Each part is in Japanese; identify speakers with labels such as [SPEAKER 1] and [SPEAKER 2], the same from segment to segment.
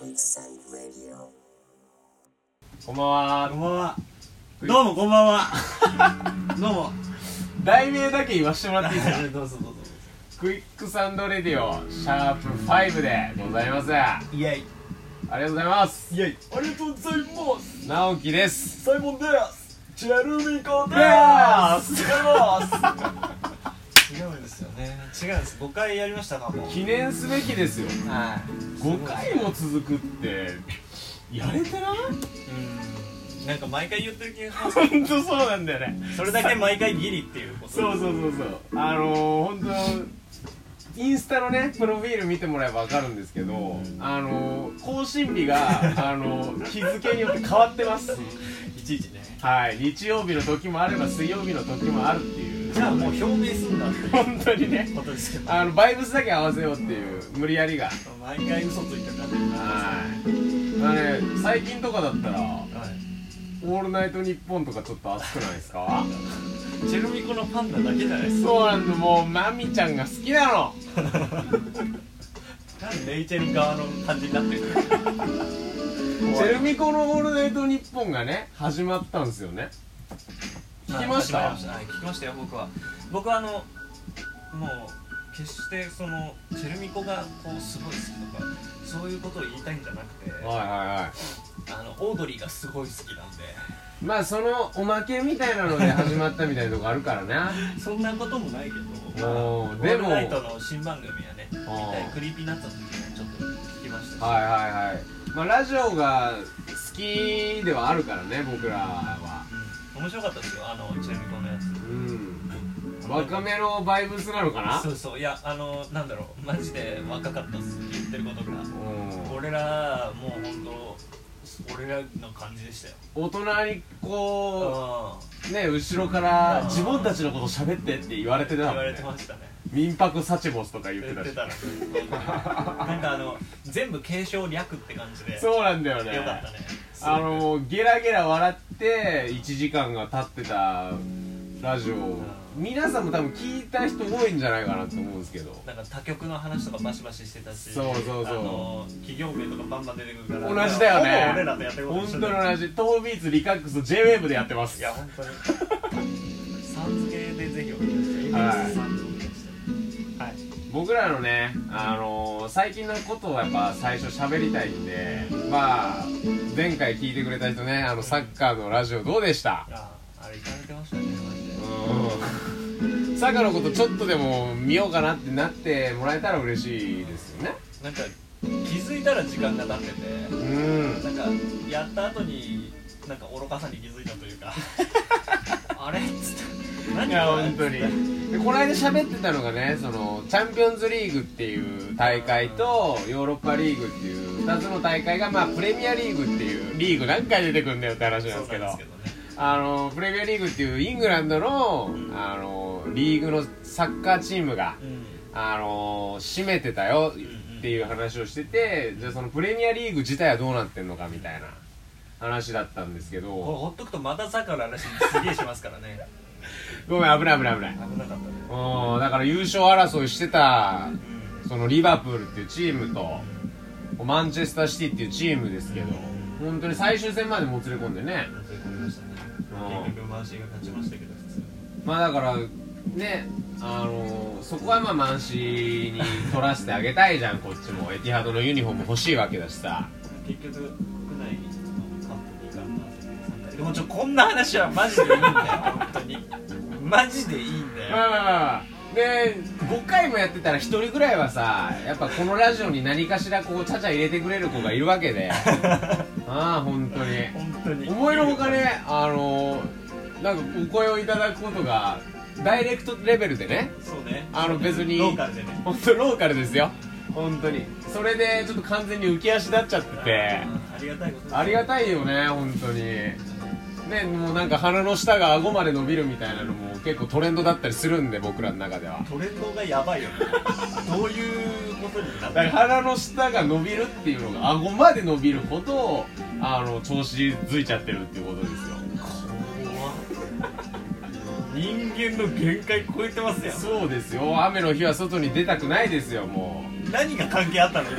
[SPEAKER 1] Lakeside Radio.
[SPEAKER 2] こんばんは
[SPEAKER 3] こんばんは。どうもこんばんは。どうも。
[SPEAKER 2] 題名だけ言わしてもらっていいですか
[SPEAKER 3] どうぞどうぞ。
[SPEAKER 2] クイックサンドレディオシャープ5でございますあ
[SPEAKER 3] イェイ。
[SPEAKER 2] りがとうございます
[SPEAKER 3] イェイ。ありがとうございます。
[SPEAKER 2] 直樹です
[SPEAKER 3] サイモンです。チェルミコで
[SPEAKER 2] です
[SPEAKER 3] 違います。違うんですよね。違うんです。5回やりましたかも。
[SPEAKER 2] 記念すべきですよ
[SPEAKER 3] はい。
[SPEAKER 2] 5回も続くってやれてな
[SPEAKER 3] うん。なんか毎回言ってる気がします。
[SPEAKER 2] ほんとそうなんだよね
[SPEAKER 3] それだけ毎回ギリっていうこと。
[SPEAKER 2] そうそうそうそうあのー、ほんとインスタのねプロフィール見てもらえば分かるんですけどあのー、更新日 が、あのー、日付によって変わってます
[SPEAKER 3] いちいちね。
[SPEAKER 2] はい日曜日の時もあれば水曜日の時もあるっていう
[SPEAKER 3] じゃあもう表明すんだ って
[SPEAKER 2] 本当にね
[SPEAKER 3] ことですけど。
[SPEAKER 2] あのバイブスだけ合わせようっていう無理やりが
[SPEAKER 3] 毎回嘘ついたから。
[SPEAKER 2] はいまあね最近とかだったら「
[SPEAKER 3] はい。
[SPEAKER 2] オールナイトニッポン」とかちょっと熱くないですか
[SPEAKER 3] チェルミコのパンダだけじゃないですか。
[SPEAKER 2] そうなんだもうマミちゃんが好きなの
[SPEAKER 3] なんでレイチェル側の感じになってる の
[SPEAKER 2] チェルミコの「オールナイトニッポン」がね始まったんですよね聞きました
[SPEAKER 3] はいはい聞きましたよ僕は僕はあのもう決してそのチェルミコがこうすごい好きとかそういうことを言いたいんじゃなくて
[SPEAKER 2] はいはいは
[SPEAKER 3] あのオードリーがすごい好きなんで
[SPEAKER 2] いまあそのおまけみたいなので始まったみたいなとこあるからね
[SPEAKER 3] そんなこともないけど、
[SPEAKER 2] お
[SPEAKER 3] まあ、
[SPEAKER 2] ーでも
[SPEAKER 3] オールナイトの新番組はね
[SPEAKER 2] あー
[SPEAKER 3] 見たいクリーピーナッツの時にちょっと聞きましたし、
[SPEAKER 2] はいはいはいまあラジオが好きではあるからね僕らは
[SPEAKER 3] うん面白かったですよあのチェルミコのやつ
[SPEAKER 2] うん若めのバイブスなのかな
[SPEAKER 3] そうそういやあのなんだろうマジで若かったっす言ってることが
[SPEAKER 2] うん
[SPEAKER 3] 俺らもう本当俺らの感じでしたよ
[SPEAKER 2] 大人にこ
[SPEAKER 3] あ
[SPEAKER 2] うね後ろから
[SPEAKER 3] うん
[SPEAKER 2] 自分たちのこと喋ってって言われてた
[SPEAKER 3] あ言
[SPEAKER 2] も
[SPEAKER 3] わ
[SPEAKER 2] ん
[SPEAKER 3] れ
[SPEAKER 2] ね
[SPEAKER 3] てましたね
[SPEAKER 2] 民泊サチモスとか言っ
[SPEAKER 3] 言
[SPEAKER 2] て
[SPEAKER 3] ったて
[SPEAKER 2] した
[SPEAKER 3] ら なんかあの全部継承略って感じで
[SPEAKER 2] そうなんだよね
[SPEAKER 3] よかったね
[SPEAKER 2] あのゲラゲラ笑って1時間が経ってたラジオ皆さんも多分聞いた人多いんじゃないかなと思うんですけど
[SPEAKER 3] なんか他局の話とかバシバシしてたし
[SPEAKER 2] そうそうそう
[SPEAKER 3] あの企業名とかバンバン出てくるから
[SPEAKER 2] 同じだよね
[SPEAKER 3] ほぼ俺らとやってること
[SPEAKER 2] 本
[SPEAKER 3] 一
[SPEAKER 2] 当
[SPEAKER 3] 緒
[SPEAKER 2] の
[SPEAKER 3] だよ
[SPEAKER 2] 同じトービーツリカックス JWAVE でやってます
[SPEAKER 3] いや本当にさん付けでぜひお願いして
[SPEAKER 2] はい
[SPEAKER 3] さんとお願いしてはい
[SPEAKER 2] 僕らのね、あのー最近のことをやっぱ最初喋りたいんでまあ前回聞いてくれた人ねあのサッカーのラジオどうでした
[SPEAKER 3] あああれ行かれてましたねマジで
[SPEAKER 2] うんサッカーのことちょっとでも見ようかなってなってもらえたら嬉しいですよね
[SPEAKER 3] なんか気づいたら時間が経ってて
[SPEAKER 2] うん
[SPEAKER 3] なんかやった後になんか愚かさに気づいたというか あれっつって何
[SPEAKER 2] いや
[SPEAKER 3] これ
[SPEAKER 2] 本当にでこの間喋ってたのがねそのチャンピオンズリーグっていう大会とヨーロッパリーグっていう2つの大会がまあプレミアリーグっていうリーグ何回出てくんだよって話なん
[SPEAKER 3] そうな
[SPEAKER 2] で
[SPEAKER 3] ん
[SPEAKER 2] すけど
[SPEAKER 3] ですけどね
[SPEAKER 2] あのプレミアリーグっていうイングランドのあのリーグのサッカーチームが
[SPEAKER 3] うん
[SPEAKER 2] あの占めてたよっていう話をしててじゃあそのプレミアリーグ自体はどうなってんのかみたいな話だったんですけ
[SPEAKER 3] これ
[SPEAKER 2] ど
[SPEAKER 3] ほっとくとまたサッカーの話すげえしますからね
[SPEAKER 2] ごめん危ない危ない危ない
[SPEAKER 3] 危なかったね
[SPEAKER 2] うんだから優勝争いしてた
[SPEAKER 3] うん
[SPEAKER 2] そのリバプールっていうチームとマンチェスターシティっていうチームですけど本当に最終戦までもつれ込んでね
[SPEAKER 3] 本当に困りましたね
[SPEAKER 2] うん
[SPEAKER 3] 結局マンシーが勝ちましたけど普通に
[SPEAKER 2] まあだからねあのー、そこはまあマンシーに取らせてあげたいじ ゃんこっちもエティハードのユニフォーム欲しいわけだしさ
[SPEAKER 3] 結局国内にカップに行かんなって参加でもちょこんな話はマジでいいんだよ本当にマジでいいんだよ
[SPEAKER 2] まあまあまあまあで5回もやってたら1人ぐらいはさやっぱこのラジオに何かしらこうちゃちゃ入れてくれる子がいるわけ でああ本当に
[SPEAKER 3] 本当に
[SPEAKER 2] 思いのほかねあのー、なんかお声をいただくことがダイレクトレベルでね
[SPEAKER 3] そうね
[SPEAKER 2] あの別に
[SPEAKER 3] ローカルでね
[SPEAKER 2] 本当ローカルですよ本当にそれでちょっと完全に浮き足立っちゃってて
[SPEAKER 3] ありがたいことです
[SPEAKER 2] ありがたいよね本当にねもうなんか鼻の下が顎まで伸びるみたいなのも結構トレンドだったりするんで僕らの中では
[SPEAKER 3] トレンドがやばいよねどういうことにな
[SPEAKER 2] だ
[SPEAKER 3] っ
[SPEAKER 2] か
[SPEAKER 3] た
[SPEAKER 2] ら鼻の下が伸びるっていうのが顎まで伸びるほどあの調子づいちゃってるっていうことですよ
[SPEAKER 3] 人間の限界超えてますよ
[SPEAKER 2] そうですよ雨の日は外に出たくないですよもう
[SPEAKER 3] 何が関係あったの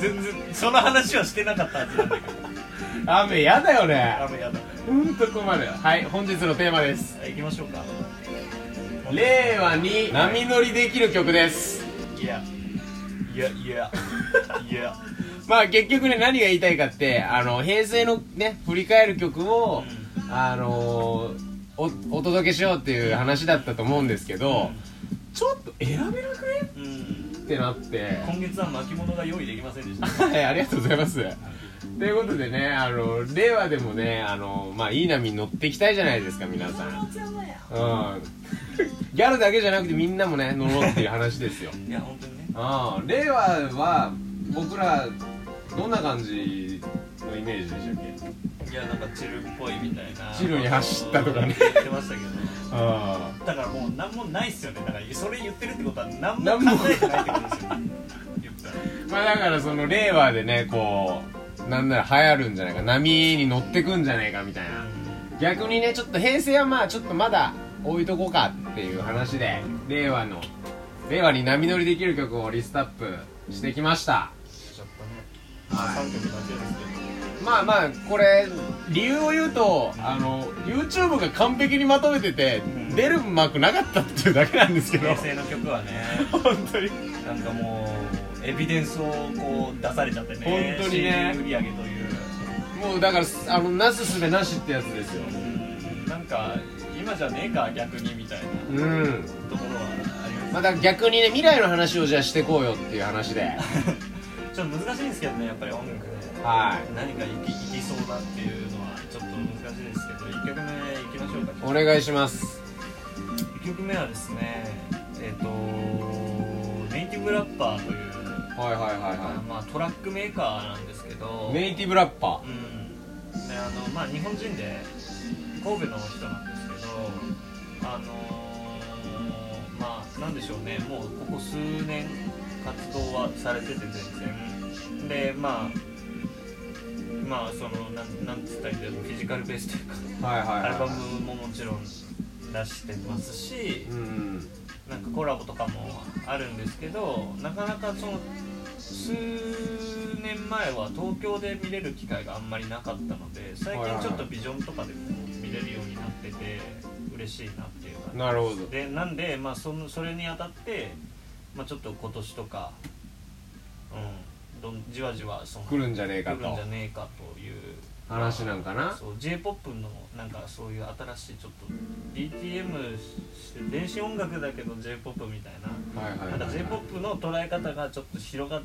[SPEAKER 3] 全然その話はしてなかったはずなんだけど
[SPEAKER 2] 雨やだよね
[SPEAKER 3] 雨やだ
[SPEAKER 2] うんと困るはい本日のテーマです
[SPEAKER 3] 行きましょうか
[SPEAKER 2] 令和に波乗りできる曲です
[SPEAKER 3] いやいやいやいや
[SPEAKER 2] まあ結局ね何が言いたいかってあの平成のね振り返る曲を、あのーおお届けしようっていう話だったと思うんですけど、ちょっと選べなくね
[SPEAKER 3] うん
[SPEAKER 2] ってなって
[SPEAKER 3] 今月は巻物が用意できませんでした
[SPEAKER 2] はい、ありがとうございます。ということでね、あの、令和でもね、あの、まあ、いい波に乗っていきたいじゃないですか、皆さん。うん。ギャルだけじゃなくてみんなもね、乗ろうっていう話ですよ。
[SPEAKER 3] いや本当にね
[SPEAKER 2] うん。令和は、僕ら、どんな感じのイメージでしたっけ
[SPEAKER 3] いやなんかチルっぽいみたいな
[SPEAKER 2] チルに走ったとかね
[SPEAKER 3] 言ってましたけど
[SPEAKER 2] あ
[SPEAKER 3] だからもう何もないっすよねだからそれ言ってるってことは何も
[SPEAKER 2] 何も
[SPEAKER 3] 考えてないってことですよね言ったら
[SPEAKER 2] あ。まあ、だからその、令和でね、こう、なんなら流行るんじゃないか、波に乗ってくんじゃないか、みたいな。逆にねちょっと平成はまあちょっとまだ置いとこうかっていう話で令和の令和に波乗りできる曲をリストアップしてきました
[SPEAKER 3] ちょっとね
[SPEAKER 2] はい
[SPEAKER 3] 3曲だけです
[SPEAKER 2] まあまあこれ理由を言うとあの YouTube が完璧にまとめてて
[SPEAKER 3] ん
[SPEAKER 2] 出る幕なかったっていうだけなんですけ
[SPEAKER 3] けど
[SPEAKER 2] ど
[SPEAKER 3] 平成の曲はね
[SPEAKER 2] 本当に
[SPEAKER 3] なんかもうエビデンスをこう出されちゃってね
[SPEAKER 2] 本当にね
[SPEAKER 3] CD 売り上げという
[SPEAKER 2] もうだからあのなすすべなしってやつですよ
[SPEAKER 3] うんなんか今じゃねえか逆にみたいな
[SPEAKER 2] うん
[SPEAKER 3] ところはあります
[SPEAKER 2] まあだから逆にね未来の話をじゃあしてこうよっていう話で
[SPEAKER 3] ちょっと難しいんですけどねやっぱり音楽ね
[SPEAKER 2] はい
[SPEAKER 3] 何かいきいきそうだっていうのはちょっと難しいですけど1曲目いきましょうか
[SPEAKER 2] お願いします
[SPEAKER 3] 1曲目はですねえっ、とネイティブラッパーという、
[SPEAKER 2] はいはいはい
[SPEAKER 3] あ
[SPEAKER 2] は
[SPEAKER 3] まあ、トラックメーカーなんですけど
[SPEAKER 2] いネイティブラッパー
[SPEAKER 3] うんであのまあ日本人で神戸の人なんですけどあのーまあなんでしょうねもうここ数年活動はされてて全然でまあまあそのなんなんつったらいいんだろうフィジカルベースというか
[SPEAKER 2] はいはいはい
[SPEAKER 3] アルバムももちろん出してますし
[SPEAKER 2] うん
[SPEAKER 3] なんかコラボとかもあるんですけどなかなかその数年前は東京で見れる機会があんまりなかったので最
[SPEAKER 2] はいは
[SPEAKER 3] 近
[SPEAKER 2] い
[SPEAKER 3] ちょっとビジョンとかでも見れるようになってて嬉しいなっていう感じ
[SPEAKER 2] なるほど
[SPEAKER 3] でなんで、まあ、そのそれにあたって、まあ、ちょっと今年とか、うん、どんじわじわその
[SPEAKER 2] 来るんじゃねえか
[SPEAKER 3] 来るん
[SPEAKER 2] と
[SPEAKER 3] じゃねえかという
[SPEAKER 2] 話なんかな
[SPEAKER 3] そう j p o p のなんかそういう新しいちょっと DTM して電子音楽だけど j p o p みたいな
[SPEAKER 2] はいはい
[SPEAKER 3] なん
[SPEAKER 2] は
[SPEAKER 3] か j p o
[SPEAKER 2] い
[SPEAKER 3] p の捉え方がちょっと広がっ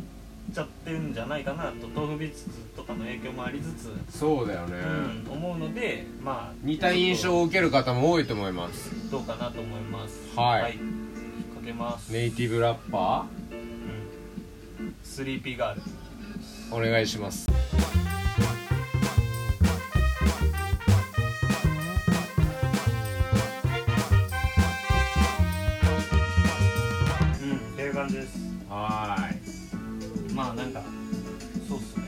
[SPEAKER 3] ちゃってるんじゃないかなと豆腐ビーツとかの影響もありつつ、
[SPEAKER 2] そうだよね
[SPEAKER 3] うん、思うのでまあ
[SPEAKER 2] 似た印象を受ける方も多いと思います
[SPEAKER 3] どうかなと思います
[SPEAKER 2] はい
[SPEAKER 3] かけます、
[SPEAKER 2] ネイティブラッパ
[SPEAKER 3] うんスリーピーガール
[SPEAKER 2] ーお願いします
[SPEAKER 3] うんっていう感じです
[SPEAKER 2] は
[SPEAKER 3] まあなんかそうっすね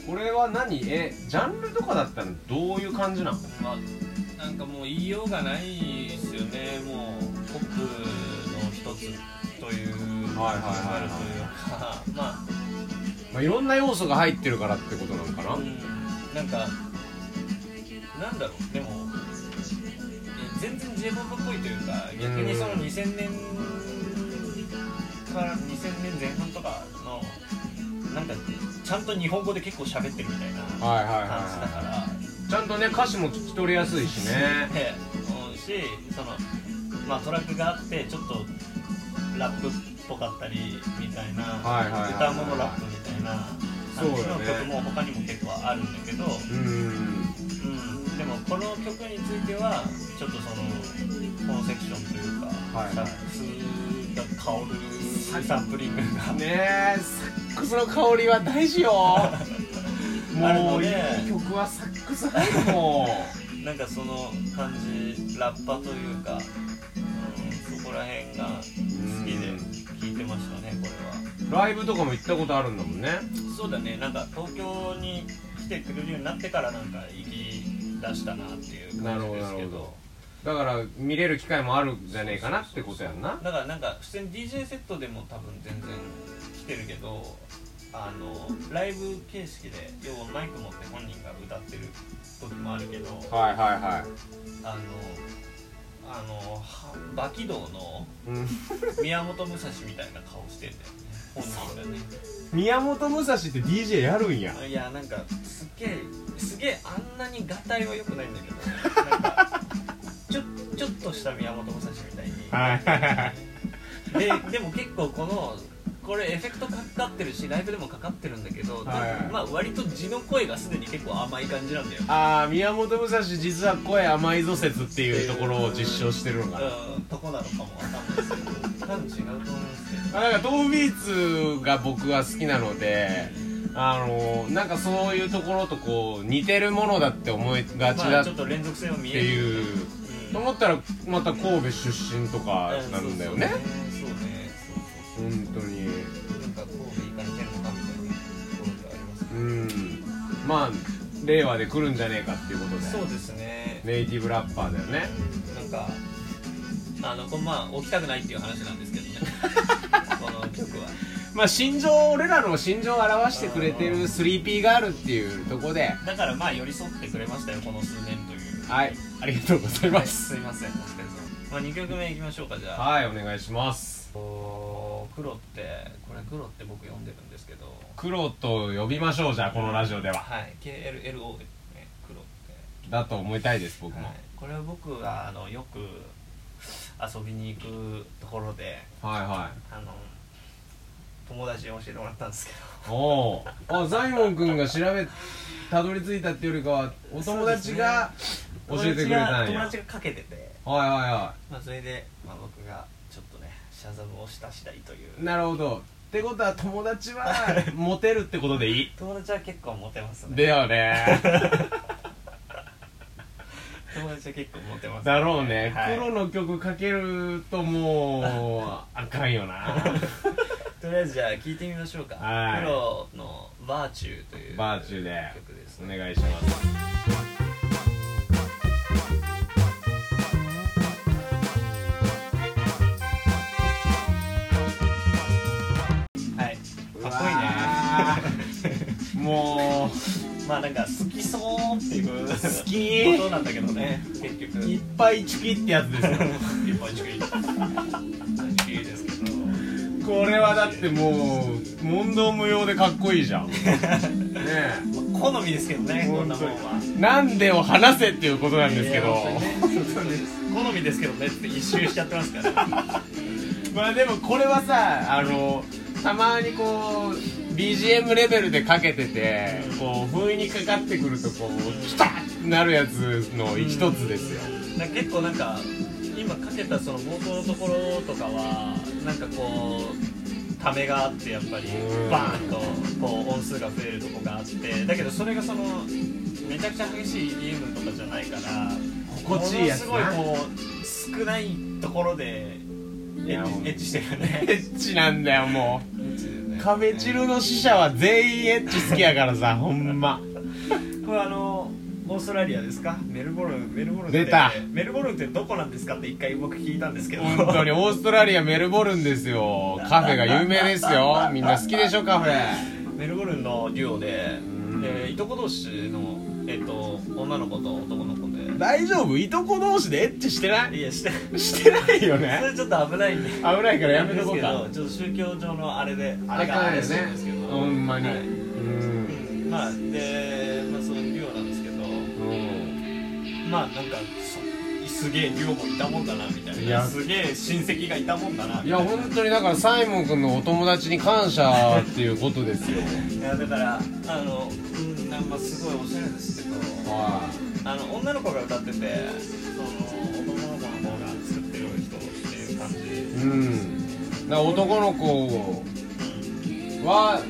[SPEAKER 2] ーいこれは何えジャンルとかだったらどういう感じなの
[SPEAKER 3] まあなんかもう言いようがないですよねもうポップの一つという
[SPEAKER 2] はいはいはいはい
[SPEAKER 3] なるというかま
[SPEAKER 2] まあいろんな要素が入ってるからってことなのか
[SPEAKER 3] あ、
[SPEAKER 2] な
[SPEAKER 3] うん、なんかなんだろうでもえ全然 j p o p っぽいというか逆にその
[SPEAKER 2] うん
[SPEAKER 3] 2000年から2000年前半とかのなんかちゃんと日本語で結構喋ってるみたいな感
[SPEAKER 2] はいはいはい
[SPEAKER 3] じだ
[SPEAKER 2] は
[SPEAKER 3] から。
[SPEAKER 2] いちゃんとね歌詞も聞き取りやすいしね
[SPEAKER 3] で思うしその、まあ、トラックがあってちょっとラップっぽかったりみたいな、
[SPEAKER 2] はいはいはい
[SPEAKER 3] 歌ものラップみたいな
[SPEAKER 2] そうだ
[SPEAKER 3] 感
[SPEAKER 2] ね
[SPEAKER 3] じの曲も他にも結構あるんだけど、
[SPEAKER 2] うん
[SPEAKER 3] うん、でもこの曲についてはちょっとそのコンセプションというか、
[SPEAKER 2] はい
[SPEAKER 3] サックスが香るサンプリング が、
[SPEAKER 2] ねえサックスの香りは大事よ
[SPEAKER 3] ある
[SPEAKER 2] も
[SPEAKER 3] の
[SPEAKER 2] うい
[SPEAKER 3] で
[SPEAKER 2] い曲はサックス入るも ん
[SPEAKER 3] なんかその感じラッパというか、うん、そこら辺が好きで聴いてましたねこれは。
[SPEAKER 2] ライブとかも行ったことあるんだもんね
[SPEAKER 3] そうだねなんか東京に来てくれるようになってからなんか行き出したなっていう感じです
[SPEAKER 2] なるほどな
[SPEAKER 3] け
[SPEAKER 2] る
[SPEAKER 3] ど
[SPEAKER 2] ほどだから見れる機会もあるんじゃねえかなってことやんな
[SPEAKER 3] だからなんか普通に DJ セットでも多分全然来てるけどあのライブ形式で要はマイク持って本人が歌ってる時もあるけど
[SPEAKER 2] はいはいはい
[SPEAKER 3] あのあのはバキ道の
[SPEAKER 2] うん
[SPEAKER 3] 宮本武蔵みたいな顔してんだよね本人がね
[SPEAKER 2] 宮本武蔵って DJ やるんや
[SPEAKER 3] いやなんかすっげえすげえあんなにがたいは良くないんだけどなんかちょちょっとした宮本武蔵みたいに、
[SPEAKER 2] はいはいはい
[SPEAKER 3] ででも結構このこれエフェクトかかってるしライブでもかかってるんだけど、
[SPEAKER 2] はいはい
[SPEAKER 3] まあ割と地の声がすでに結構甘い感じなんだよ
[SPEAKER 2] ああ宮本武蔵実は声甘いぞ説っていうところを実証してるのかな
[SPEAKER 3] うんとこなのかもわかんないですけど多分違うと思うんですけど
[SPEAKER 2] あなんか豆腐ビーツが僕は好きなのであのなんかそういうところとこう似てるものだって思いがち
[SPEAKER 3] ま
[SPEAKER 2] だ
[SPEAKER 3] あ
[SPEAKER 2] っ
[SPEAKER 3] ちょっと連続性は見
[SPEAKER 2] て
[SPEAKER 3] える
[SPEAKER 2] いうと思ったらまた神戸出身とか
[SPEAKER 3] うん
[SPEAKER 2] なんだよね
[SPEAKER 3] そうそうそうねそう
[SPEAKER 2] 本当に
[SPEAKER 3] そうそうなんか神戸行かれてるのかみたいなところがありま
[SPEAKER 2] う
[SPEAKER 3] す
[SPEAKER 2] んまあ令和で来るんじゃねえかっていうことで
[SPEAKER 3] そうですね
[SPEAKER 2] ネイティブラッパーだよね
[SPEAKER 3] なんかあのこまあ起きたくないっていう話なんですけど ねこの曲は
[SPEAKER 2] まあ心情俺らの心情を表してくれてるスリーピーガールっていうとこで
[SPEAKER 3] だからまあ寄り添ってくれましたよこの数年という
[SPEAKER 2] はいありがとうございま
[SPEAKER 3] はい
[SPEAKER 2] す
[SPEAKER 3] すいませんお疲れ様まあ2曲目いきましょうかじゃあ
[SPEAKER 2] はいお願いします
[SPEAKER 3] お黒ってこれ黒って僕読んでるんですけど
[SPEAKER 2] 黒と呼びましょうじゃあこのラジオでは
[SPEAKER 3] はい KLLO ですね黒って
[SPEAKER 2] だと思いたいです僕も
[SPEAKER 3] はい、これは僕はあのよく遊びに行くところで
[SPEAKER 2] はいは
[SPEAKER 3] あの友達に教えてもらったんですけど
[SPEAKER 2] いおおあザイモン君が調べたどり着いたっていうよりかはお友達が教えてくれたん
[SPEAKER 3] 友達が
[SPEAKER 2] やはい
[SPEAKER 3] 友達がかけてて、
[SPEAKER 2] はいは
[SPEAKER 3] まあ、それで、まあ、僕がちょっとねシャザムをした次第という
[SPEAKER 2] いなるほどってことは友達はモテるってことでいい
[SPEAKER 3] 友達は結構モテますね
[SPEAKER 2] だよ ね
[SPEAKER 3] 友達は結構モテます
[SPEAKER 2] だろうね、
[SPEAKER 3] はい
[SPEAKER 2] 黒の曲かけるともうあかんよ な
[SPEAKER 3] とりあえずじゃあ聞いてみましょうか、
[SPEAKER 2] はい
[SPEAKER 3] プロの「バーチュー」という
[SPEAKER 2] バーチューで
[SPEAKER 3] 曲です
[SPEAKER 2] お
[SPEAKER 3] ね
[SPEAKER 2] 願いします
[SPEAKER 3] はいかっこいいね
[SPEAKER 2] も
[SPEAKER 3] まあなんか好きそうっていう
[SPEAKER 2] う好き
[SPEAKER 3] ことなんだけどね結局
[SPEAKER 2] いっぱいチキってやつですよ
[SPEAKER 3] 一本し かいいいいですけど
[SPEAKER 2] これはだってもう問答無用でかっこいいじ ゃんね
[SPEAKER 3] 好みですけどねこんなもんは
[SPEAKER 2] えなんでを話せっていうことなんですけど
[SPEAKER 3] いや本当にね本当に好みですけどねって一周しちゃってますから
[SPEAKER 2] まあでもこれはさあのたまにこう BGM レベルでかけててこう不意にかかってくるとこうキタッってなるやつの一つですよ
[SPEAKER 3] なんか結構なんか今かけたその冒頭のところとかはなんかこうためがあってやっぱり
[SPEAKER 2] うん
[SPEAKER 3] バーンとこう音数が増えるとこがあってだけどそれがそのめちゃくちゃ激しい EDM とかじゃないから
[SPEAKER 2] 心地いいやつ
[SPEAKER 3] もの
[SPEAKER 2] な
[SPEAKER 3] すごいこう少ないところで
[SPEAKER 2] い
[SPEAKER 3] エ
[SPEAKER 2] や
[SPEAKER 3] ッ
[SPEAKER 2] もう
[SPEAKER 3] チエッチしてるよね
[SPEAKER 2] エッチなんだよもう
[SPEAKER 3] 壁
[SPEAKER 2] 壁チルの死者は全員エッチ好きやからさほんま
[SPEAKER 3] これあのオーストラリアですかメルボルンメルボルンって
[SPEAKER 2] 出た
[SPEAKER 3] メルボルンってどこなんですかって一回僕聞いたんですけど
[SPEAKER 2] 本当にオーストラリアメルボルンですよカフェが有名ですよみんな好きでしょカフェ
[SPEAKER 3] メルボルンのデュオで
[SPEAKER 2] ん、
[SPEAKER 3] えーいとこ同士の、えっと女の子と男の子で
[SPEAKER 2] 大丈夫いとこ同士でエッチしてない
[SPEAKER 3] いやして
[SPEAKER 2] してないよ
[SPEAKER 3] そ
[SPEAKER 2] ね
[SPEAKER 3] れちょっと危ないんで
[SPEAKER 2] 危ないからやめ
[SPEAKER 3] で
[SPEAKER 2] と
[SPEAKER 3] す
[SPEAKER 2] こう
[SPEAKER 3] け
[SPEAKER 2] か
[SPEAKER 3] どちょっと宗教上のあれであれ
[SPEAKER 2] あ
[SPEAKER 3] が
[SPEAKER 2] かん
[SPEAKER 3] あれ
[SPEAKER 2] よ
[SPEAKER 3] してるんですけ
[SPEAKER 2] ね
[SPEAKER 3] ど
[SPEAKER 2] ほんまに、
[SPEAKER 3] はい
[SPEAKER 2] うん
[SPEAKER 3] うんまあでまあそのデュオなんですけど
[SPEAKER 2] うん
[SPEAKER 3] まあなんかそすげえデュオもいたもんだなみたい
[SPEAKER 2] い
[SPEAKER 3] な
[SPEAKER 2] や
[SPEAKER 3] すげえ親戚がいたもんだなみた
[SPEAKER 2] い
[SPEAKER 3] い
[SPEAKER 2] や
[SPEAKER 3] な
[SPEAKER 2] 本当にだからサイモン君のお友達に感謝っていうことですよ
[SPEAKER 3] いやだからあのうんなんかすごいおしゃれですけど
[SPEAKER 2] は
[SPEAKER 3] あの女の子が歌っててその男の子の方が作ってる人っていう感じ、
[SPEAKER 2] いうんだから男の子は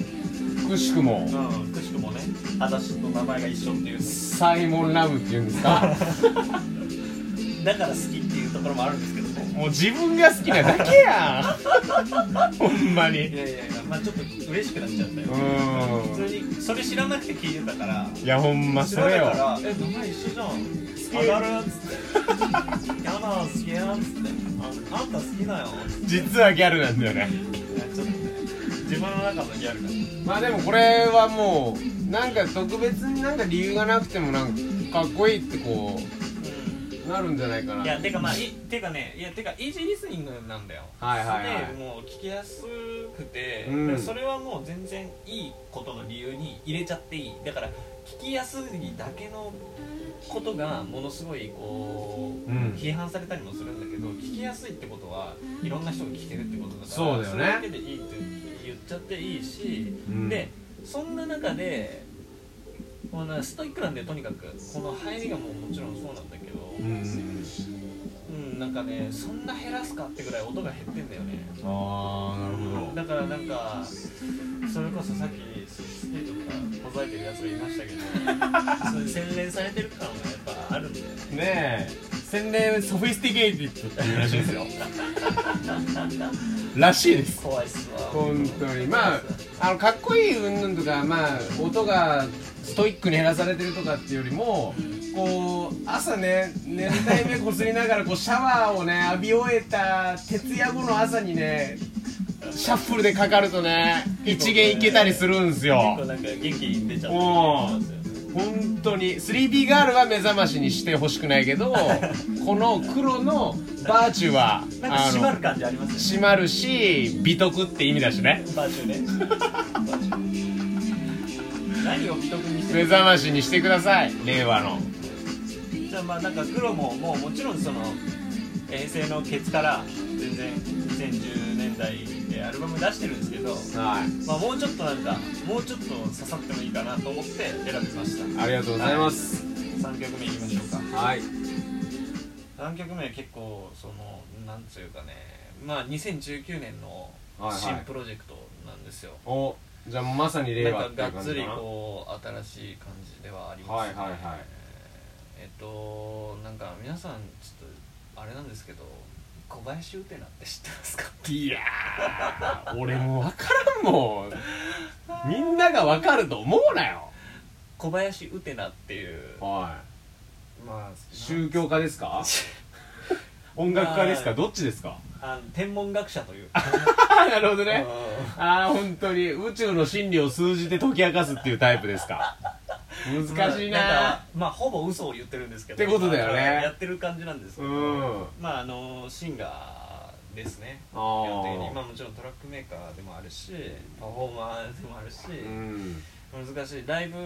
[SPEAKER 2] くしくも
[SPEAKER 3] うんくしくもね私と名前が一緒っていう
[SPEAKER 2] サイモンラブっていうんです か
[SPEAKER 3] だから好きっていうところもあるんですけどね
[SPEAKER 2] もう自分が好きなだけや んほんま
[SPEAKER 3] い
[SPEAKER 2] に
[SPEAKER 3] やいやいやまあちょっと嬉しくなっちゃったよ
[SPEAKER 2] う
[SPEAKER 3] 普
[SPEAKER 2] ん
[SPEAKER 3] 通にそれ知らなくて聞いてたから
[SPEAKER 2] いやほんま
[SPEAKER 3] 知
[SPEAKER 2] そ
[SPEAKER 3] らな
[SPEAKER 2] れ
[SPEAKER 3] い
[SPEAKER 2] よ
[SPEAKER 3] から「え名前一緒じゃん好き上がる」っつって「 やだ好きや」っつってあ「あんた好きだよ」
[SPEAKER 2] 実はギャルなんだよね
[SPEAKER 3] いやちょっとね自分の中のギャルが
[SPEAKER 2] まあでもこれはもうなんか特別になんか理由がなくてもなんかかっこいいってこうなるんじゃないかない
[SPEAKER 3] やてかまあいてかねいやてかイージーリスニングなんだよ
[SPEAKER 2] はいはいはい
[SPEAKER 3] すげえもう聞きやすくて、
[SPEAKER 2] うん
[SPEAKER 3] だからそれはもう全然いいことの理由に入れちゃっていいだから聞きやすいだけのことがものすごいこう、
[SPEAKER 2] うん
[SPEAKER 3] 批判されたりもするんだけど聞きやすいってことはいろんな人が聞けるってことだから
[SPEAKER 2] そうだよね
[SPEAKER 3] れだけでいいって言っちゃっていいし、
[SPEAKER 2] うん
[SPEAKER 3] でそんな中でこのストイックなんでとにかくこの入りがもうもちろんそうなんだけど、
[SPEAKER 2] うん
[SPEAKER 3] うんなんかねそんな減らすかってぐらい音が減ってんだよね
[SPEAKER 2] ああなる
[SPEAKER 3] だからなんかそれこそさっきスケートからほざいてるやつがいまし たけどそれ洗練されてる感がやっぱあるんだよね
[SPEAKER 2] どねえ洗練ソフィスティケイティッドっていうらしいですよらし いです
[SPEAKER 3] 怖いっすわ
[SPEAKER 2] 本当にまああのかっこいい云々とかまあ音がストイックに減らされてるとかっていうよりもこう朝ね寝たい目こすりながらこうシャワーをね浴び終えた徹夜後の朝にねシャッフルでかかるとね一元いけたりするんです
[SPEAKER 3] 結構
[SPEAKER 2] よ
[SPEAKER 3] なんか元気に出ちゃってる
[SPEAKER 2] おー
[SPEAKER 3] 感じしますよね
[SPEAKER 2] 本当に 3D ガールは目覚ましにしてほしくないけどこの黒のバーチュは
[SPEAKER 3] なんか締まる
[SPEAKER 2] あの
[SPEAKER 3] 感じありますよ
[SPEAKER 2] 締まるし美徳って意味だしね
[SPEAKER 3] ねバーチューねバーチュー何を美徳にしてる
[SPEAKER 2] 目覚ましにしてください令和の
[SPEAKER 3] じゃあまあなんか黒ももうもちろんその平成のケツから全然2010年代でアルバム出してるんですけど、
[SPEAKER 2] はい
[SPEAKER 3] まあ、もうちょっとなんかもうちょっと刺さってもいいかなと思って選びました
[SPEAKER 2] ありがとうございます
[SPEAKER 3] 3曲目いきましょうか
[SPEAKER 2] はい
[SPEAKER 3] 3曲目結構そのなんつうかねまあ2019年の
[SPEAKER 2] はいはい
[SPEAKER 3] 新プロジェクトなんですよ、
[SPEAKER 2] おじゃあまさに令和
[SPEAKER 3] な
[SPEAKER 2] っ
[SPEAKER 3] ん
[SPEAKER 2] て
[SPEAKER 3] か
[SPEAKER 2] いう
[SPEAKER 3] が
[SPEAKER 2] 感
[SPEAKER 3] っつ
[SPEAKER 2] じ
[SPEAKER 3] り
[SPEAKER 2] かな
[SPEAKER 3] こう新しい感じではありますね
[SPEAKER 2] はいはいはい
[SPEAKER 3] えっとなんか皆さんちょっとあれなんですけど小林ウテナって知ってますか
[SPEAKER 2] いやー俺も分からんもんみんなが分かると思うなよ
[SPEAKER 3] 小林ウテナっていう
[SPEAKER 2] は
[SPEAKER 3] まあ
[SPEAKER 2] い宗教家ですか 音楽家ですかどっちですか
[SPEAKER 3] あの天文学者という
[SPEAKER 2] あーなるほど
[SPEAKER 3] ね
[SPEAKER 2] ねああ本当に宇宙の真理を数字で解き明かすっていうタイプですか難しい
[SPEAKER 3] まあん
[SPEAKER 2] な
[SPEAKER 3] かまあほぼ嘘を言ってるんですけど
[SPEAKER 2] ってことだよね
[SPEAKER 3] まあやってる感じなんですけ
[SPEAKER 2] う
[SPEAKER 3] ど
[SPEAKER 2] んあ
[SPEAKER 3] まああのシンガーですね
[SPEAKER 2] あ
[SPEAKER 3] 基本的に
[SPEAKER 2] ー
[SPEAKER 3] まあもちろんトラックメーカーでもあるしパフォーマーでもあるし、
[SPEAKER 2] うん
[SPEAKER 3] 難しいライブ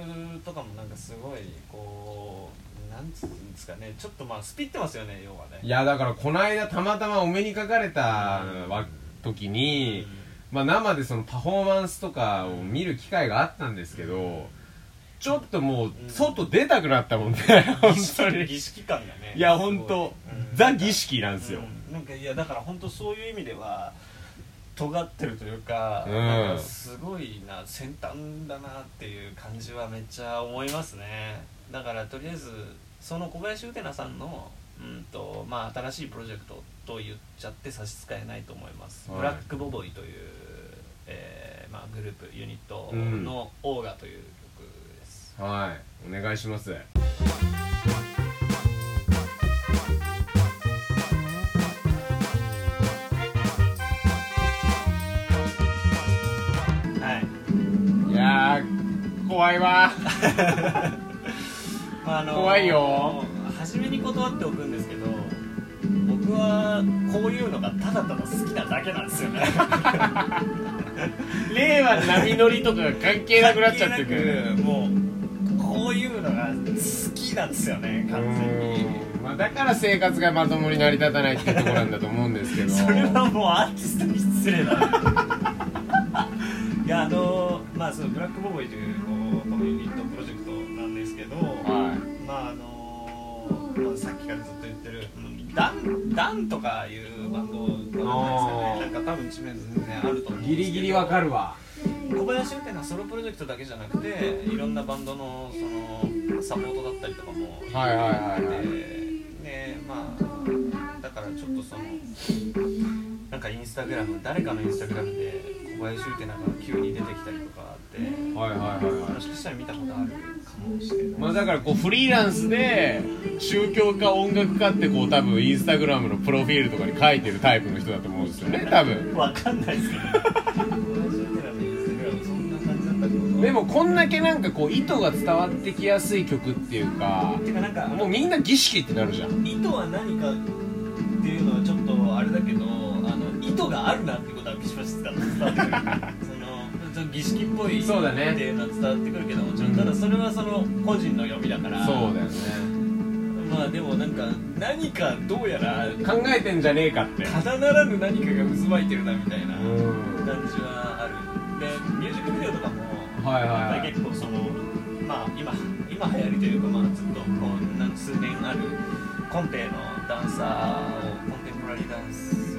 [SPEAKER 3] とかもなんかすごいこうなんつうんですかねちょっとまあスピってますよね要はね
[SPEAKER 2] いやだからこの間たまたまお目にかかれたわ時に、まあ、生でそのパフォーマンスとかを見る機会があったんですけどちょっともう外出たくなったもんね本当
[SPEAKER 3] うん
[SPEAKER 2] に
[SPEAKER 3] 儀式感がね
[SPEAKER 2] いや本当ザ儀式なん
[SPEAKER 3] で
[SPEAKER 2] ですよ、
[SPEAKER 3] なんかいやだから本当そういう意味では尖ってるというか,、
[SPEAKER 2] うん
[SPEAKER 3] なんかすごいな先端だなっていう感じはめっちゃ思いますねだからとりあえずその小林うてなさんの、うんとまあ、新しいプロジェクトと言っちゃって差し支えないと思います、
[SPEAKER 2] はい
[SPEAKER 3] ブラックボボイという、えーまあ、グループユニットの「オーガ」という曲です、
[SPEAKER 2] はいお願いします
[SPEAKER 3] はい
[SPEAKER 2] いやー怖いわ
[SPEAKER 3] まああの
[SPEAKER 2] 怖いよ
[SPEAKER 3] 初めに断っておくんですけど僕はこういうのがただただ好きなだけなんですよね
[SPEAKER 2] 令和波乗りとかが関係なくなっちゃってくる
[SPEAKER 3] 関係なくもうこういうのが好きなんですよね完全に
[SPEAKER 2] うんまあ、だから生活がまともに成り立たないっていうところなんだと思うん ですけど
[SPEAKER 3] それはもうアーティストに失礼だないやあのまあそのブラックボボイというこうこのユニットプロジェクトなんですけど、
[SPEAKER 2] は
[SPEAKER 3] まああのまあ、さっきからずっと言ってる、うん、ダンダンとかいうバンドわかんないです
[SPEAKER 2] あ
[SPEAKER 3] かねなんか多分知名度全然あると思うんですけど
[SPEAKER 2] いギリギリわかるわ
[SPEAKER 3] 小林みたいなソロプロジェクトだけじゃなくていろんなバンドのそのサポートだったりとかも
[SPEAKER 2] はいはいはいはい
[SPEAKER 3] でねまあだからちょっとそのなんかインスタグラム誰かのインスタグラムで小林ってなんか急に出てきたりとかあって
[SPEAKER 2] はいはいはいはい
[SPEAKER 3] もしかしたら見たことあるかもしれない
[SPEAKER 2] まあだからこうフリーランスで宗教家音楽家ってこう多分インスタグラムのプロフィールとかに書いてるタイプの人だと思うんですよね多分
[SPEAKER 3] わかんないですけど。
[SPEAKER 2] でもこんだけなんかこう意図が伝わってきやすい曲っていうか
[SPEAKER 3] てかなんか
[SPEAKER 2] もうみんな儀式ってなるじゃん
[SPEAKER 3] 意図は何かっていうのはちょっとあれだけどあの意図があるなってことはビシバシ伝わってくるそのちょっと儀式っぽい
[SPEAKER 2] そうだね
[SPEAKER 3] っていうのは伝わってくるけどもちろんただそれはその個人の読みだから
[SPEAKER 2] そうだよね
[SPEAKER 3] まあでもなんか何かどうやら
[SPEAKER 2] 考えてんじゃねえかって
[SPEAKER 3] ただならぬ何かが渦巻いてるなみたいな
[SPEAKER 2] う
[SPEAKER 3] 感
[SPEAKER 2] ん
[SPEAKER 3] じはあるでミュージックビデオとかも
[SPEAKER 2] はいはいはい
[SPEAKER 3] 結構そのまあ今今流行りというかまあずっとこう何数年あるコンテのダンサーをコンテンポラリーダンス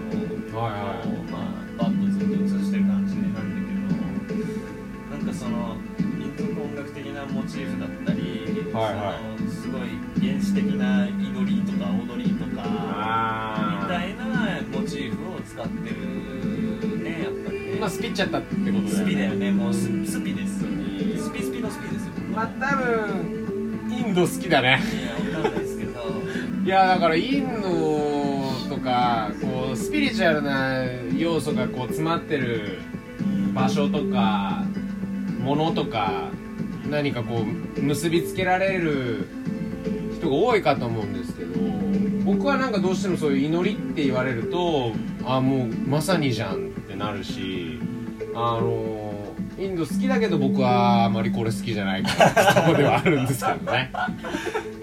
[SPEAKER 3] を、
[SPEAKER 2] はいはい
[SPEAKER 3] こうまあバッとずっと映してる感じなんだけどなんかその民族音楽的なモチーフだったり、
[SPEAKER 2] はいはい
[SPEAKER 3] そのすごい原始的な祈りとか踊りとかみ
[SPEAKER 2] あ
[SPEAKER 3] たいなモチーフを使ってるねやっぱりね。
[SPEAKER 2] ーまあスピっちゃったってことだよね
[SPEAKER 3] スピだよね、もうススピですよね。スピスピのスピですよ。
[SPEAKER 2] まあ多分インド好きだね
[SPEAKER 3] いや、わかんないですけど。
[SPEAKER 2] いやだからインドとかこうスピリチュアルな要素がこう詰まってる場所とかものとか何かこう結びつけられる人が多いかと思うんですけど僕はなんかどうしてもそういう祈りって言われるとあもうまさにじゃんってなるしあのインド好きだけど僕はあまりこれ好きじゃないからそこではあるんですけど ね。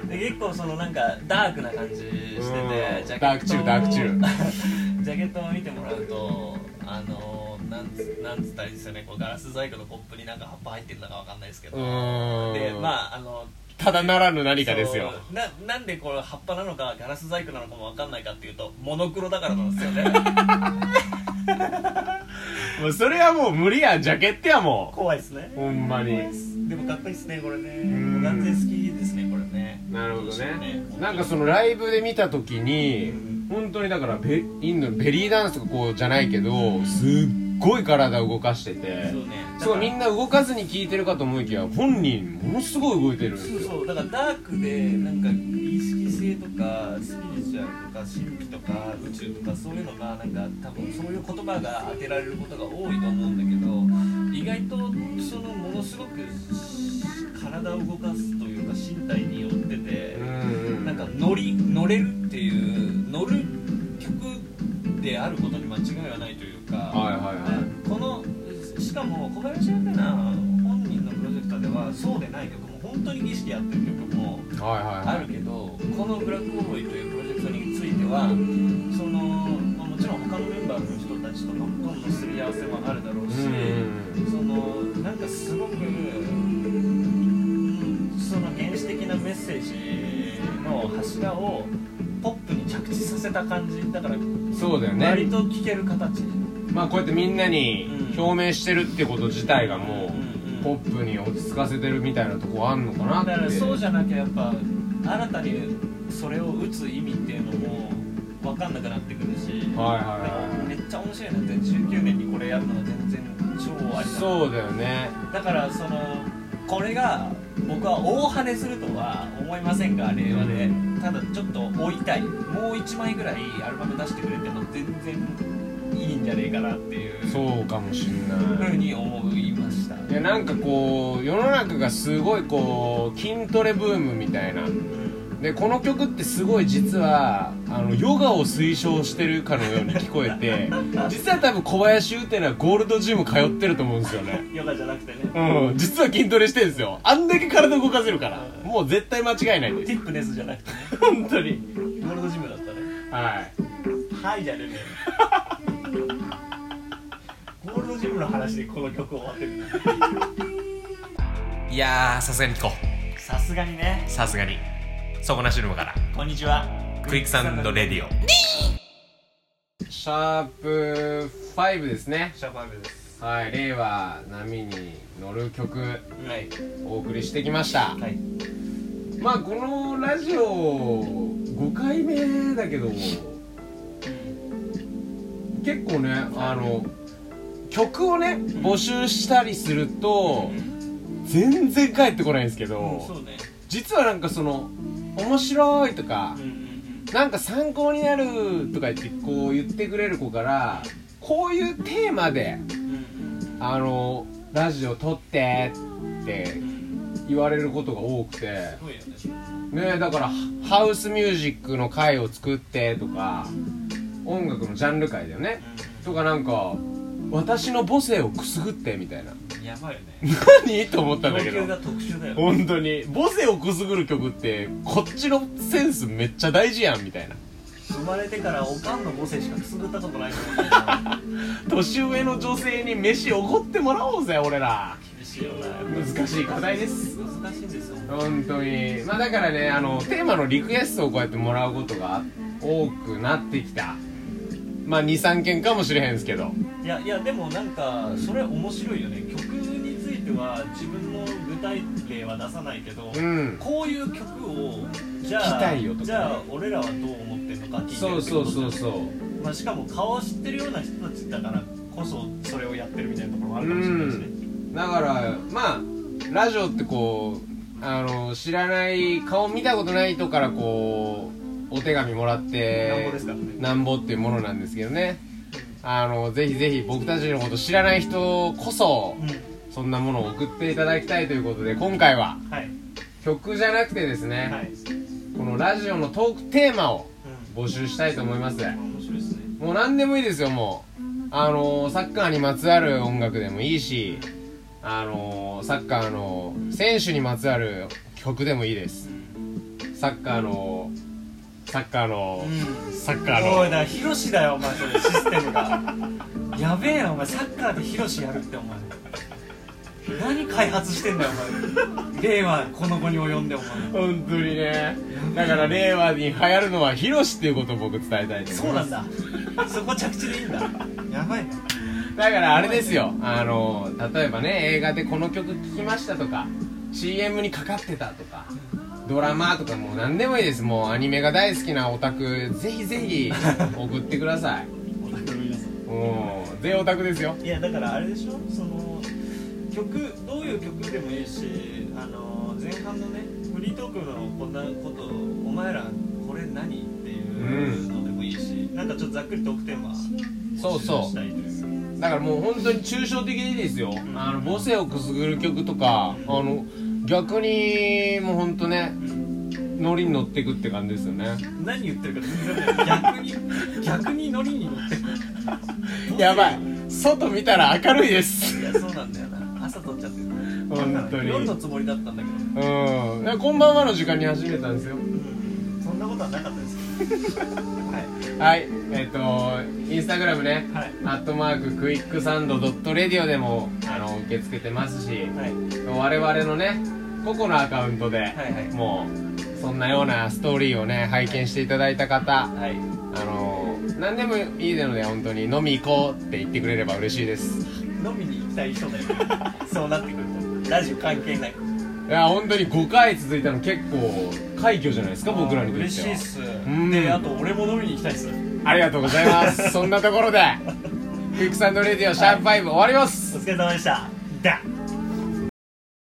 [SPEAKER 3] で結構そのなんかダークな感じして
[SPEAKER 2] うん
[SPEAKER 3] て、ジャケットを
[SPEAKER 2] ダークチルダークチル
[SPEAKER 3] ジャケットを見てもらうと、あのなんつなんつったらいいですよね、こうガラス細工のコップになんか葉っぱ入ってるのかわかんないですけど。で、
[SPEAKER 2] まあ
[SPEAKER 3] まああの
[SPEAKER 2] ただならぬ何かですよ
[SPEAKER 3] そうななんでこれ葉っぱなのかガラス細工なのかもわかんないかっていうとモノクロだからなんですよね
[SPEAKER 2] もうそれはもう無理やんジャケットやも
[SPEAKER 3] 怖いですね
[SPEAKER 2] うほんまに
[SPEAKER 3] でもかっこいいですねこれ
[SPEAKER 2] ん
[SPEAKER 3] ね完全好きですねこれね
[SPEAKER 2] なるほど
[SPEAKER 3] そうで
[SPEAKER 2] ね
[SPEAKER 3] すね
[SPEAKER 2] なんかそのライブで見た時に
[SPEAKER 3] うん
[SPEAKER 2] 本当にだからベインドのベリーダンスとかこうじゃないけどすっごい体動かしてて
[SPEAKER 3] そうね
[SPEAKER 2] すごいみんな動かずに聴いてるかと思いきや本人ものすごい動いてるんです
[SPEAKER 3] そう
[SPEAKER 2] よ
[SPEAKER 3] そうだからダークでなんか意識性とかスピリチュアルとか神秘とか宇宙とかそういうのがなんか多分そういう言葉が当てられることが多いと思うんだけど意外とそのものすごく体を動かすというか身体によってて
[SPEAKER 2] うんうん
[SPEAKER 3] なんか乗り乗れるっていう乗る曲であることに間違いはないというか、
[SPEAKER 2] はいはいはい
[SPEAKER 3] このしかも小林明菜本人のプロジェクトではそうでない曲も本当に儀式やってる曲も
[SPEAKER 2] はい
[SPEAKER 3] あ
[SPEAKER 2] は
[SPEAKER 3] るけどこの「ブラックホロイ」というプロジェクトについてはその、まあもちろん他のメンバーの人たちとのとのすり合わせもあるだろう
[SPEAKER 2] い
[SPEAKER 3] し、
[SPEAKER 2] うんうん
[SPEAKER 3] そのなんかすごくうんその原始的なメッセージの柱をポップに着地させた感じだから
[SPEAKER 2] うんそうだよね
[SPEAKER 3] 割と聴ける形、
[SPEAKER 2] まあこうやってみんなに
[SPEAKER 3] うん
[SPEAKER 2] 表明してるってこと自体がもう
[SPEAKER 3] うんうん
[SPEAKER 2] ポップに落ち着かせてるみたいなとこあんのかなって
[SPEAKER 3] だからそうじゃなきゃやっぱ新たにそれを打つ意味っていうのも分かんなくなってくるし、
[SPEAKER 2] はいはいはい
[SPEAKER 3] でもめっちゃ面白いなって19年にこれやるのは全然超ありだな
[SPEAKER 2] そうだよね
[SPEAKER 3] だからそのこれが僕は大跳ねするとは思いませんが令和でただちょっと追いたいもう1枚ぐらいアルバム出してくれても全然いいんじゃねえかなっていうふ
[SPEAKER 2] そうかもしんな
[SPEAKER 3] う
[SPEAKER 2] い
[SPEAKER 3] に思いました
[SPEAKER 2] いやなんかこう世の中がすごいこう筋トレブームみたいなでこの曲ってすごい実はあのヨガを推奨してるかのように聞こえ て実は多分小林優ってのはゴールドジム通ってると思うんですよね
[SPEAKER 3] ヨガじゃなくてね
[SPEAKER 2] うん実は筋トレしてるんですよあんだけ体動かせるからもう絶対間違いないです
[SPEAKER 3] ティップネスじゃなくてね
[SPEAKER 2] 本当に
[SPEAKER 3] ゴールドジムだったね
[SPEAKER 2] はい
[SPEAKER 3] はいじゃねえんだよゴールドジムの話でこの曲終わってる
[SPEAKER 4] いやーさすがに聞こう
[SPEAKER 3] さすがにね
[SPEAKER 4] さすがに底なし沼から
[SPEAKER 3] こんにちは
[SPEAKER 4] クイックサンドレディオ
[SPEAKER 2] シャープ5ですね
[SPEAKER 3] シャープアイブです
[SPEAKER 2] はい令和波に乗る曲
[SPEAKER 3] はい
[SPEAKER 2] お送りしてきました
[SPEAKER 3] はい
[SPEAKER 2] まあこのラジオ5回目だけど結構ねあの曲をね募集したりすると全然返ってこないんですけ
[SPEAKER 3] うん
[SPEAKER 2] ど
[SPEAKER 3] そうね
[SPEAKER 2] 実はなんかその面白いとか
[SPEAKER 3] うんうん
[SPEAKER 2] なんか参考になるとか言ってこう言ってくれる子からこういうテーマで
[SPEAKER 3] うんうん
[SPEAKER 2] あのラジオ撮ってって言われることが多くて
[SPEAKER 3] ごいよね
[SPEAKER 2] ねだからハウスミュージックの回を作ってとか音楽のジャンル回だよねとかなんか私の母性をくすぐってみたいな
[SPEAKER 3] やばいよね
[SPEAKER 2] 何と思ったんだけ
[SPEAKER 3] 要求が
[SPEAKER 2] ど
[SPEAKER 3] 特殊だよ
[SPEAKER 2] 本当に母性をくすぐる曲ってこっちのセンスめっちゃ大事やんみたいな
[SPEAKER 3] 生まれてからおかんの母性しかくすぐったことないと思う
[SPEAKER 2] 年上の女性に飯おごってもらおうぜ俺ら
[SPEAKER 3] 厳しいよな
[SPEAKER 2] 難しい課題です
[SPEAKER 3] 難しいんですよ
[SPEAKER 2] 本当にまあだからねあのテーマのリクエストをこうやってもらうことが多くなってきたまあ23件かもしれへんすけど
[SPEAKER 3] いやいやでもなんかそれ面白いよね曲については自分の具体例は出さないけど、
[SPEAKER 2] うん
[SPEAKER 3] こういう曲をじ
[SPEAKER 2] 聞き
[SPEAKER 3] ゃ
[SPEAKER 2] た
[SPEAKER 3] あ
[SPEAKER 2] いよとか
[SPEAKER 3] じゃあ俺らはどう思ってるのか聞いてるってこ
[SPEAKER 2] そ
[SPEAKER 3] と
[SPEAKER 2] うそうそうそう
[SPEAKER 3] まあ、しかも顔を知ってるような人たちだからこそそれをやってるみたいなところもあるかもしれないですね、
[SPEAKER 2] だからまあラジオってこうあの知らない顔見たことない人からこうお手紙もらって
[SPEAKER 3] なんぼですからね
[SPEAKER 2] なんぼっていうものなんですけどねあのぜひぜひ僕たちのこと知らない人こそそんなものを送っていただきたいということで今回は
[SPEAKER 3] うんはい
[SPEAKER 2] 曲じゃなくてですね、
[SPEAKER 3] はい、
[SPEAKER 2] このラジオのトークテーマを募集したいと思います
[SPEAKER 3] うん、面白いですね
[SPEAKER 2] もう何でもいいですよもうあのー、サッカーにまつわる音楽でもいいしあのー、サッカーの選手にまつわる曲でもいいですサッカーのサッカーの、サッカー
[SPEAKER 3] おい
[SPEAKER 2] の
[SPEAKER 3] だヒロシだよお前それシステムがやべえなお前サッカーでヒロシやるってお前何開発してんだよお前令和この後に及んでお前
[SPEAKER 2] 本当にねだから令和に流行るのはヒロシっていうことを僕伝えたいと
[SPEAKER 3] そ
[SPEAKER 2] 思
[SPEAKER 3] う
[SPEAKER 2] いま
[SPEAKER 3] なん
[SPEAKER 2] す
[SPEAKER 3] だそこ着地でいいんだやばいな
[SPEAKER 2] だからあれですよあの例えばね映画でこの曲聴きましたとか CM にかかってたとかドラマとかもう何でもいいですもうアニメが大好きなオタクぜひぜひ送ってください
[SPEAKER 3] お宅の皆さん
[SPEAKER 2] うん全オタクですよ
[SPEAKER 3] いやだからあれでしょその曲どういう曲でもいいしあの前半のねフリートークのこんなことお前らこれ何っていうのでもいいし、なんかちょっとざっくりトークテーマ
[SPEAKER 2] そうそ
[SPEAKER 3] したいという
[SPEAKER 2] うだからもう本当に抽象的でいいですよあの母性をくすぐる曲とかあの逆にもう本当ねノリに乗ってくって感じですよね
[SPEAKER 3] 何言ってるか全然わかんない逆に逆にノリに乗ってく
[SPEAKER 2] やばい外見たら明るいです
[SPEAKER 3] いやそうなんだよな朝撮っちゃってる
[SPEAKER 2] 本当に
[SPEAKER 3] 夜のつもりだったんだけど、
[SPEAKER 2] うんでこんばんはの時間に始めたんですよ
[SPEAKER 3] そんなことはなかったですけどはい
[SPEAKER 2] はいえっ、とインスタグラムね、
[SPEAKER 3] はい
[SPEAKER 2] アットマーククイックサンドドットレディオでもあの受け付けてますし、
[SPEAKER 3] はい
[SPEAKER 2] 我々のね個々のアカウントで、
[SPEAKER 3] はいはい
[SPEAKER 2] もうそんなようなストーリーをね拝見していただいた方
[SPEAKER 3] はい
[SPEAKER 2] あの何でもいいので本当に飲み行こうって言ってくれれば嬉しいです
[SPEAKER 3] 飲みに行きたい人だよ ねそうなってくるとラジオ関係ない
[SPEAKER 2] いや本当に5回続いたの結構快挙じゃないですか僕らにとっては
[SPEAKER 3] 嬉しいっす
[SPEAKER 2] ん
[SPEAKER 3] であと俺も飲みに行きたいっす
[SPEAKER 2] ありがとうございます。そんなところで、クイックサンドレディオシャープ5終わります。
[SPEAKER 3] お疲れ様でしただ